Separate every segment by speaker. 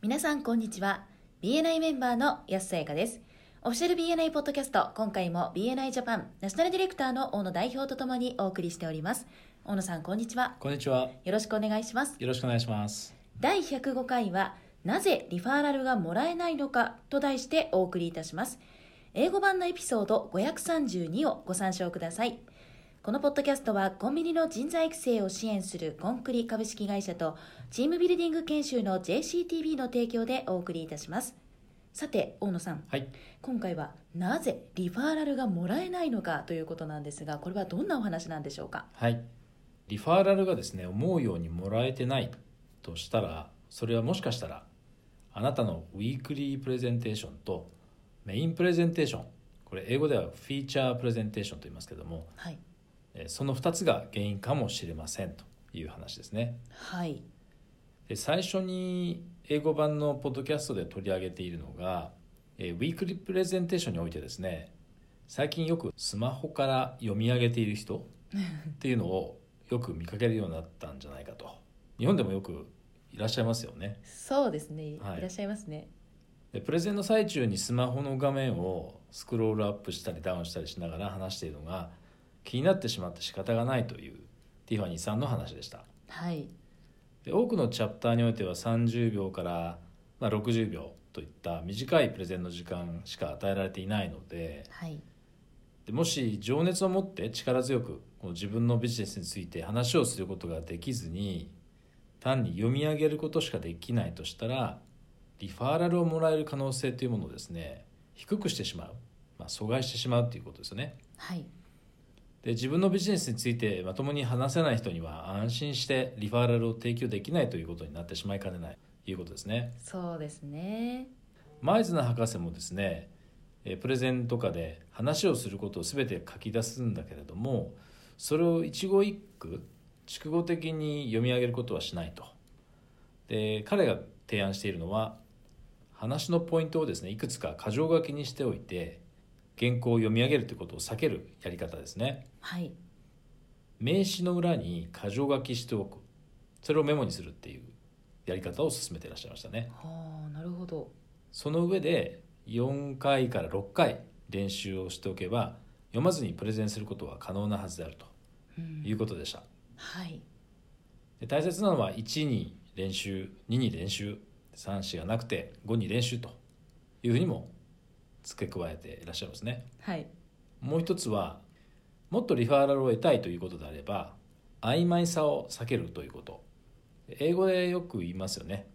Speaker 1: 皆さんこんにちは BNI メンバーの安さやかですオフィシャル BNI ポッドキャスト今回も BNI ジャパンナショナルディレクターの大野代表とともにお送りしております大野さんこんにちは
Speaker 2: こんにちは。
Speaker 1: よろしくお願いします
Speaker 2: よろしくお願いします。
Speaker 1: 第105回はなぜリファーラルがもらえないのかと題してお送りいたします英語版のエピソード532をご参照くださいこのポッドキャストはコンビニの人材育成を支援するコンクリ株式会社とチームビルディング研修の JCTB の提供でお送りいたしますさて大野さん
Speaker 2: はい。
Speaker 1: 今回はなぜリファーラルがもらえないのかということなんですがこれはどんなお話なんでしょうか
Speaker 2: はい。リファーラルがですね、思うようにもらえてないとしたら、それはもしかしたら、あなたのウィークリープレゼンテーションとメインプレゼンテーション、これ英語ではフィーチャープレゼンテーションと言いますけども、
Speaker 1: はい
Speaker 2: えーその2つが原因かもしれませんという話ですね。
Speaker 1: はい
Speaker 2: で最初に英語版のポッドキャストで取り上げているのが、えーウィークリープレゼンテーションにおいてですね最近よくスマホから読み上げている人っていうのをよく見かけるようになったんじゃないかと日本でもよくいらっしゃいますよね
Speaker 1: そうですね、
Speaker 2: はい
Speaker 1: いらっしゃいますね
Speaker 2: でプレゼンの最中にスマホの画面をスクロールアップしたりダウンしたりしながら話しているのが気になってしまって仕方がないというティファニーさんの話でした
Speaker 1: はい
Speaker 2: で多くのチャプターにおいては30秒から、まあ、60秒といった短いプレゼンの時間しか与えられていないので
Speaker 1: はい
Speaker 2: でもし情熱を持って力強くこの自分のビジネスについて話をすることができずに単に読み上げることしかできないとしたらリファーラルをもらえる可能性というものをですね低くしてしまう、まあ、阻害してしまうということですよね。
Speaker 1: はい
Speaker 2: で自分のビジネスについてまともに話せない人には安心してリファーラルを提供できないということになってしまいかねないということですね
Speaker 1: そうですね
Speaker 2: 前綱博士もですねえープレゼンとかで話をすることを全て書き出すんだけれどもそれを一語一句筑語的に読み上げることはしないとで彼が提案しているのは話のポイントをですねいくつか箇条書きにしておいて原稿を読み上げるということを避けるやり方ですね
Speaker 1: はい
Speaker 2: 名詞の裏に箇条書きしておくそれをメモにするっていうやり方を進めていらっしゃいましたね
Speaker 1: ああなるほど
Speaker 2: その上で4回から6回練習をしておけば読まずにプレゼンすることは可能なはずであると
Speaker 1: うん
Speaker 2: いうことでした、
Speaker 1: はい
Speaker 2: で大切なのは1に練習2に練習3子がなくて5に練習というふうにも付け加えていらっしゃいますね
Speaker 1: はい
Speaker 2: もう一つはもっとリファーラルを得たいということであれば曖昧さを避けるということ英語でよく言いますよね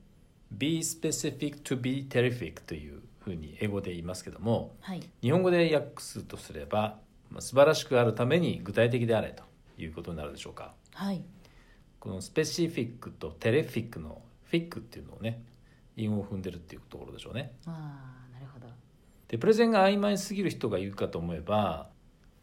Speaker 2: be specific to be terrific というふうに英語で言いますけども
Speaker 1: はい
Speaker 2: 日本語で訳すとすればまあ素晴らしくあるために具体的であれということになるでしょうか
Speaker 1: はい
Speaker 2: このスペシフィックとテレフィックのフィックっていうのをね韻を踏んでるっていうところでしょうね
Speaker 1: ああなるほど
Speaker 2: でプレゼンが曖昧すぎる人がいるかと思えば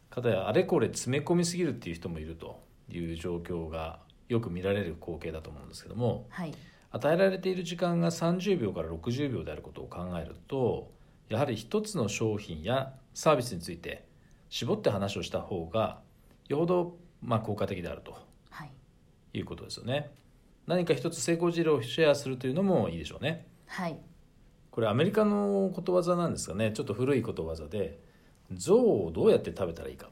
Speaker 2: 片やあれこれ詰め込みすぎるっていう人もいるという状況がよく見られる光景だと思うんですけども
Speaker 1: はい
Speaker 2: 与えられている時間が30秒から60秒であることを考えるとやはり一つの商品やサービスについて絞って話をした方がよほどまあ効果的であると
Speaker 1: はい
Speaker 2: いうことですよね。何か一つ成功事例をシェアするというのもいいでしょうね。
Speaker 1: はい
Speaker 2: これアメリカのことわざなんですかねちょっと古いことわざで象をどうやって食べたらいいか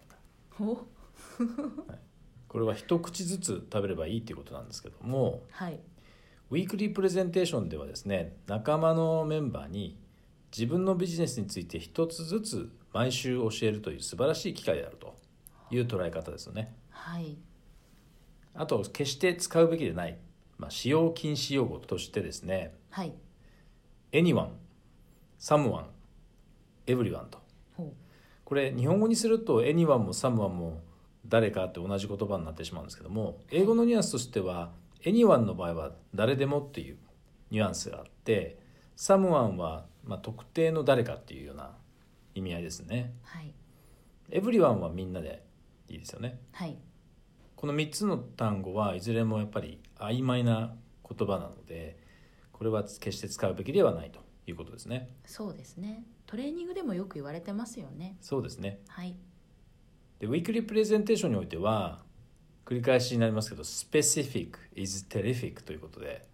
Speaker 1: お
Speaker 2: これは一口ずつ食べればいいっていうことなんですけども
Speaker 1: はい
Speaker 2: ウィークリープレゼンテーションではですね仲間のメンバーに自分のビジネスについて一つずつ毎週教えるという素晴らしい機会であるという捉え方ですよね
Speaker 1: はい
Speaker 2: あと決して使うべきでない、まあ、使用禁止用語としてですね
Speaker 1: はい
Speaker 2: anyone someone everyone と
Speaker 1: ほ
Speaker 2: これ日本語にすると「エニワン」も「サムワン」も「誰か」って同じ言葉になってしまうんですけども英語のニュアンスとしては「エニワン」の場合は「誰でも」っていうニュアンスがあって「サムワン」は、まあ、特定の誰かっていうような意味合いですね
Speaker 1: う。はい
Speaker 2: 「エブリワン」はみんなでいいですよね。
Speaker 1: はい
Speaker 2: この3つの単語はいずれもやっぱり曖昧な言葉なのでこれは決して使うべきではないということですね。
Speaker 1: そうですねトレーニングでもよく言われてますよね
Speaker 2: そうですね
Speaker 1: はい
Speaker 2: でウィークリープレゼンテーションにおいては繰り返しになりますけど「specific is terrific」ということで、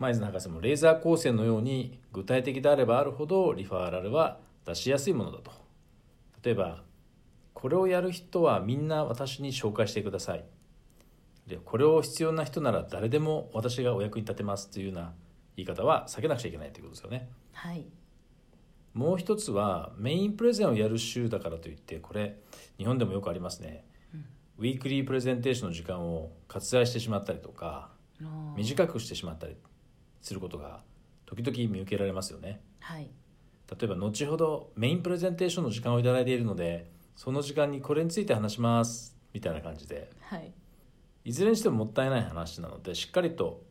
Speaker 2: 前津博士もレーザー光線のように具体的であればあるほどリファーラルは出しやすいものだと例えばこれをやる人はみんな私に紹介してくださいでこれを必要な人なら誰でも私がお役に立てますというような言い方は避けなくちゃいけないということですよね
Speaker 1: はい
Speaker 2: もう一つはメインプレゼンをやる週だからといってこれ日本でもよくありますね、ウィークリープレゼンテーションの時間を割愛してしまったりとか
Speaker 1: あー
Speaker 2: 短くしてしまったりすることが時々見受けられますよね
Speaker 1: はい
Speaker 2: 例えば後ほどメインプレゼンテーションの時間をいただいているのでその時間にこれについて話しますみたいな感じで
Speaker 1: はい
Speaker 2: いずれにしてももったいない話なのでしっかりと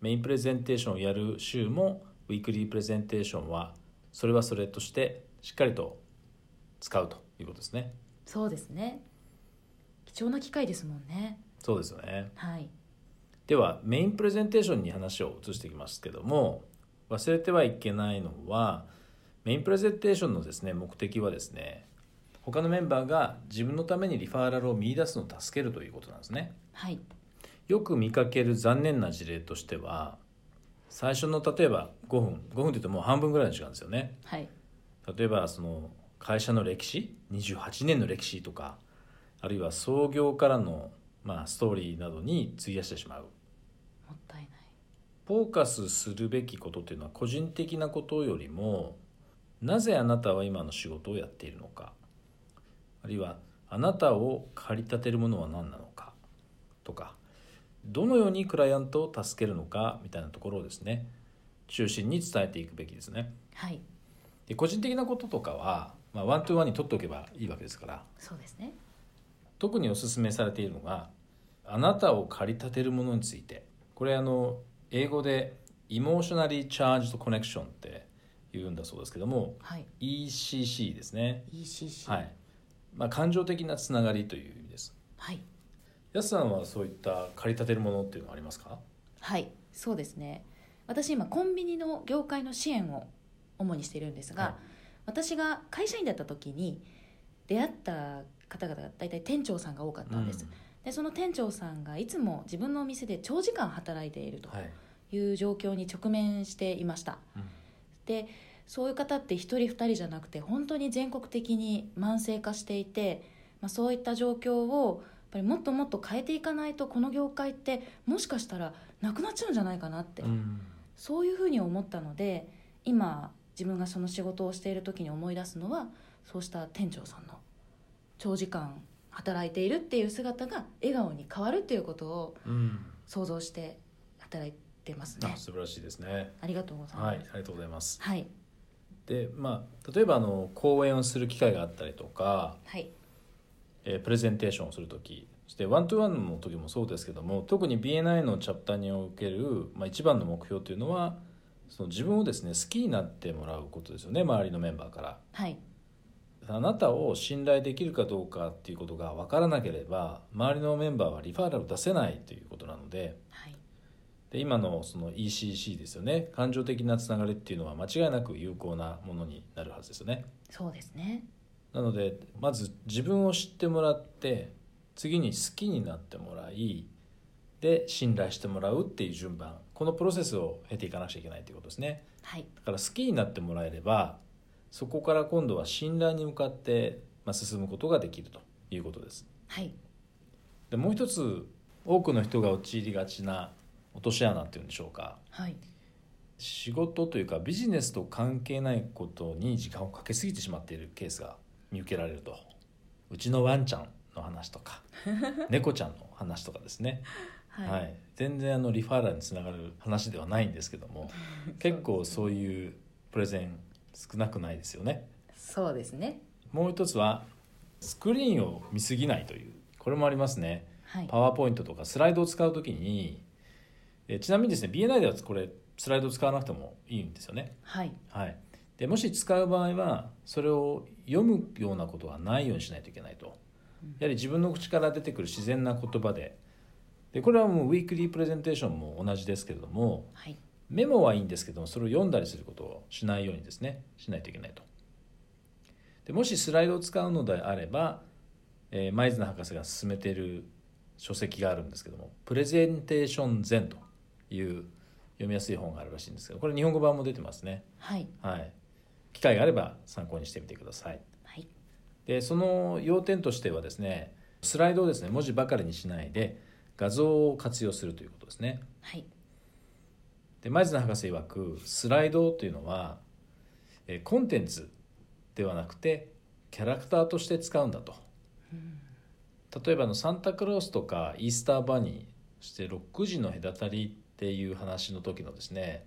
Speaker 2: メインプレゼンテーションをやる週もウィークリープレゼンテーションはそれはそれとしてしっかりと使うということですね
Speaker 1: そうですね貴重な機会ですもんね
Speaker 2: そうですよね
Speaker 1: はい
Speaker 2: ではメインプレゼンテーションに話を移していきますけども忘れてはいけないのはメインプレゼンテーションのですね目的はですね他のメンバーが自分のためにリファーラルを見出すのを助けるということなんですね
Speaker 1: はい
Speaker 2: よく見かける残念な事例としては最初の例えば5分5分って言うともう半分ぐらいの時間ですよね
Speaker 1: はい
Speaker 2: 例えばその会社の歴史28年の歴史とかあるいは創業からの、まあ、ストーリーなどに費やしてしまう
Speaker 1: もったいない
Speaker 2: フォーカスするべきことというのは個人的なことよりもなぜあなたは今の仕事をやっているのかあるいはあなたを駆り立てるものは何なのかとかどのようにクライアントを助けるのかみたいなところをですね中心に伝えていくべきですね
Speaker 1: はい
Speaker 2: で個人的なこととかは、まあ、ワントゥーワンに取っておけばいいわけですから
Speaker 1: そうですね
Speaker 2: 特にお勧めされているのがあなたを駆り立てるものについてこれあの英語でエモーショナリーチャージとコネクションって言うんだそうですけども
Speaker 1: はい
Speaker 2: ECC ですね
Speaker 1: ECC
Speaker 2: はい、まあ、感情的なつながりという意味です
Speaker 1: はい
Speaker 2: やすさんはそういった駆り立てるものっていうのはありますか
Speaker 1: はいそうですね私今コンビニの業界の支援を主にしているんですが、
Speaker 2: はい
Speaker 1: 私が会社員だった時に出会った方々が大体店長さんが多かったんです、でその店長さんがいつも自分のお店で長時間働いていると
Speaker 2: はい、
Speaker 1: いう状況に直面していました
Speaker 2: うん
Speaker 1: でそういう方って一人二人じゃなくて本当に全国的に慢性化していて、まあ、そういった状況をやっぱりもっともっと変えていかないとこの業界ってもしかしたらなくなっちゃうんじゃないかなって、
Speaker 2: うん
Speaker 1: そういうふうに思ったので今自分がその仕事をしている時に思い出すのはそうした店長さんの長時間働いているっていう姿が笑顔に変わるっていうことを
Speaker 2: うん
Speaker 1: 想像して働いてますね
Speaker 2: あ。素晴らしいですね
Speaker 1: ありがとうございま
Speaker 2: はい
Speaker 1: す。
Speaker 2: ありがとうございます
Speaker 1: はい、
Speaker 2: でまあ例えばあの講演をする機会があったりとか
Speaker 1: はい、
Speaker 2: えープレゼンテーションをする時そしてワントゥーワンの時もそうですけども特に BNI のチャプターにおける、まあ、一番の目標というのはその自分をですね好きになってもらうことですよね周りのメンバーから。
Speaker 1: はい、
Speaker 2: あなたを信頼できるかどうかっていうことが分からなければ周りのメンバーはリファーラルを出せないということなので
Speaker 1: はい、
Speaker 2: で今のその ECC ですよね感情的なつながりっていうのは間違いなく有効なものになるはずですよね。
Speaker 1: そうですね。
Speaker 2: なのでまず自分を知ってもらって次に好きになってもらいで信頼してもらうっていう順番このプロセスを経ていかなくちゃいけないということですね
Speaker 1: はい、
Speaker 2: だから好きになってもらえればそこから今度は信頼に向かって、まあ、進むことができるということです
Speaker 1: はい、
Speaker 2: でもう一つ多くの人が陥りがちな落とし穴っていうんでしょうか
Speaker 1: はい、
Speaker 2: 仕事というかビジネスと関係ないことに時間をかけすぎてしまっているケースが見受けられるとうちのワンちゃんの話とか猫ちゃんの話とかですね、はい
Speaker 1: はい、
Speaker 2: 全然あのリファーラルにつながる話ではないんですけども結構そういうプレゼン少なくないですよね。
Speaker 1: そうですね。
Speaker 2: もう一つはスクリーンを見すぎないというこれもありますね。
Speaker 1: はい、
Speaker 2: パワーポイントとかスライドを使うときにえちなみにですね BNI ではこれスライドを使わなくてもいいんですよね。
Speaker 1: はい、
Speaker 2: はい、でもし使う場合はそれを読むようなことはないようにしないといけないと
Speaker 1: うん
Speaker 2: やはり自分の口から出てくる自然な言葉ででこれはもうウィークリープレゼンテーションも同じですけれども
Speaker 1: はい、
Speaker 2: メモはいいんですけどもそれを読んだりすることをしないようにですねしないといけないとでもしスライドを使うのであれば、えー、前津博士が勧めている書籍があるんですけども「プレゼンテーション前」という読読みやすい本があるらしいんですけどこれ日本語版も出てますね、
Speaker 1: はい
Speaker 2: はい、機会があれば参考にしてみてください
Speaker 1: はい
Speaker 2: でその要点としてはですねスライドをですね文字ばかりにしないで画像を活用するということですね
Speaker 1: はい
Speaker 2: で前津博士曰くスライドというのはえーコンテンツではなくてキャラクターとして使うんだと、例えばあのサンタクロースとかイースターバニーそして6時の隔たりっていう話の時のですね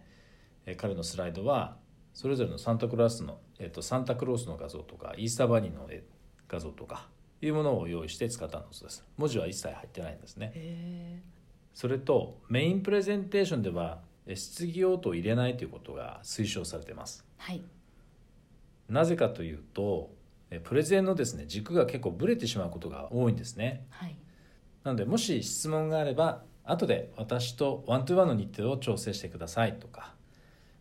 Speaker 2: えー彼のスライドはそれぞれのサンタクロースの、えっとサンタクロースの画像とかイースターバニーのえー画像とかいうものを用意して使ったんだそうです文字は一切入ってないんですね
Speaker 1: へ
Speaker 2: それとメインプレゼンテーションではえ質疑応答を入れないということが推奨されています
Speaker 1: はい
Speaker 2: なぜかというとえプレゼンのですね軸が結構ブレてしまうことが多いんですね
Speaker 1: はい
Speaker 2: なのでもし質問があれば後で私とワントゥーワンの日程を調整してくださいとか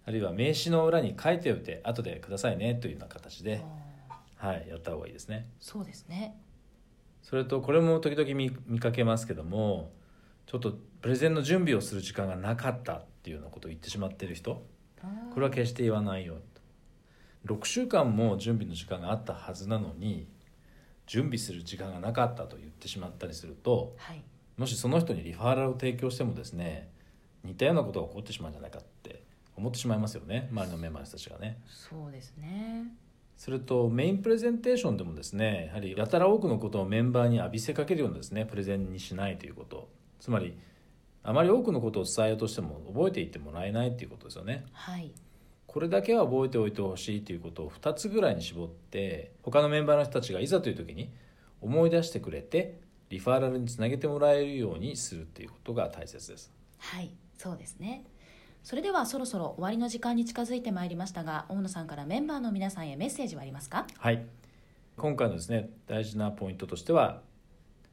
Speaker 2: あるいは名刺の裏に書いておいて後でくださいねというような形で、
Speaker 1: あー
Speaker 2: はい、やった方がいいですね
Speaker 1: そうですね
Speaker 2: それとこれも時々見見かけますけどもちょっとプレゼンの準備をする時間がなかったっていうようなことを言ってしまっている人これは
Speaker 1: は
Speaker 2: 決して言わないようにと6週間も準備の時間があったはずなのに準備する時間がなかったと言ってしまったりすると
Speaker 1: はい
Speaker 2: もしその人にリファーラルを提供してもですね似たようなことが起こってしまうんじゃないかって思ってしまいますよね周りのメンバーの人たちがね。
Speaker 1: そうですね
Speaker 2: それとメインプレゼンテーションでもですねやはりやたら多くのことをメンバーに浴びせかけるようなですねプレゼンにしないということつまりあまり多くのことを伝えようとしても覚えていってもらえないということですよね
Speaker 1: はい
Speaker 2: これだけは覚えておいてほしいということを2つぐらいに絞って他のメンバーの人たちがいざという時に思い出してくれてリファーラルにつなげてもらえるようにするっていうことが大切です
Speaker 1: はいそうですねそれではそろそろ終わりの時間に近づいてまいりましたが大野さんからメンバーの皆さんへメッセージはありますか
Speaker 2: はい今回のですね大事なポイントとしては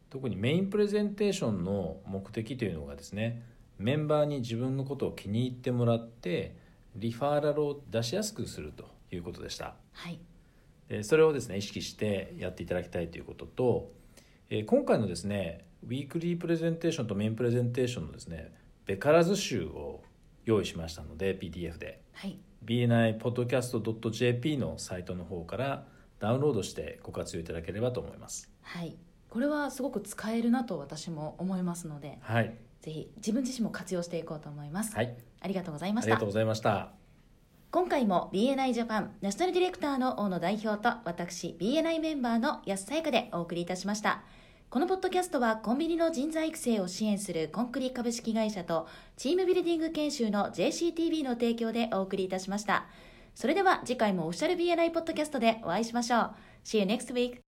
Speaker 2: 特にメインプレゼンテーションの目的というのがですねメンバーに自分のことを気に入ってもらってリファーラルを出しやすくするということでした
Speaker 1: はい
Speaker 2: でそれをですね意識してやっていただきたいということと、えー今回のですねウィークリープレゼンテーションとメインプレゼンテーションのですねベからず集を用意しましたので PDF で
Speaker 1: はい
Speaker 2: bnipodcast.jp のサイトの方からダウンロードしてご活用いただければと思います。
Speaker 1: はいこれはすごく使えるなと私も思いますので
Speaker 2: はい、
Speaker 1: ぜひ自分自身も活用していこうと思います、
Speaker 2: はい、
Speaker 1: ありがとうございま
Speaker 2: あ
Speaker 1: し
Speaker 2: りが
Speaker 1: た
Speaker 2: とうございました。
Speaker 1: 今回も BNI ジャパンナショナルディレクターの大野代表と私 BNI メンバーの安さやかでお送りいたしましたこのポッドキャストはコンビニの人材育成を支援するコンクリ株式会社とチームビルディング研修の JCTV の提供でお送りいたしましたそれでは次回もオフィシャル BNI ポッドキャストでお会いしましょう See you next week